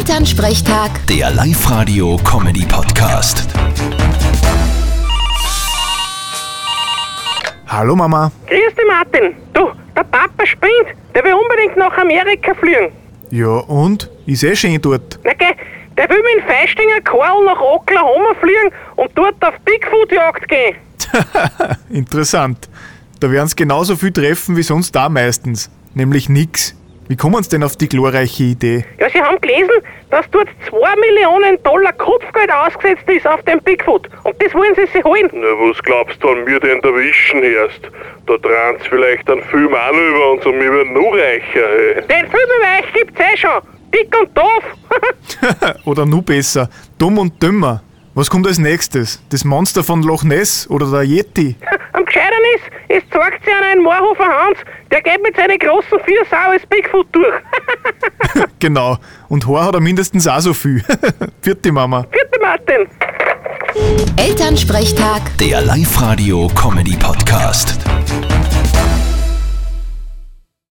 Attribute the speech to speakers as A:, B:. A: Elternsprechtag,
B: Der Live-Radio-Comedy-Podcast.
C: Hallo Mama.
D: Grüß dich, Martin. Du, der Papa spinnt. Der will unbedingt nach Amerika fliegen.
C: Ja, und? Ist eh schön dort.
D: Na geh, der will mit dem Feistinger Karl nach Oklahoma fliegen und dort auf Bigfoot-Jagd gehen.
C: Interessant. Da werden sie genauso viel treffen wie sonst da meistens. Nämlich nix. Wie kommen sie denn auf die glorreiche Idee?
D: Ja, sie haben gelesen, dass dort 2 Millionen Dollar Kopfgeld ausgesetzt ist auf den Bigfoot. Und das wollen sie sich holen.
E: Na, was glaubst du, an wir denn erwischen erst? Da drehen's vielleicht einen Film an über uns und wir werden noch reicher, hey.
D: Den Film über euch gibt's eh schon. Dick und doof.
C: Oder nur besser, dumm und dümmer. Was kommt als nächstes? Das Monster von Loch Ness oder der Yeti?
D: Am gescheitern ist, es zeigt sich an einen Moorhofer Hans, der geht mit seinen großen vier Sau als Bigfoot durch.
C: Genau. Und Haar hat er mindestens auch so viel. Vierte Mama.
D: Vierte Martin.
A: Elternsprechtag.
B: Der Live-Radio-Comedy-Podcast.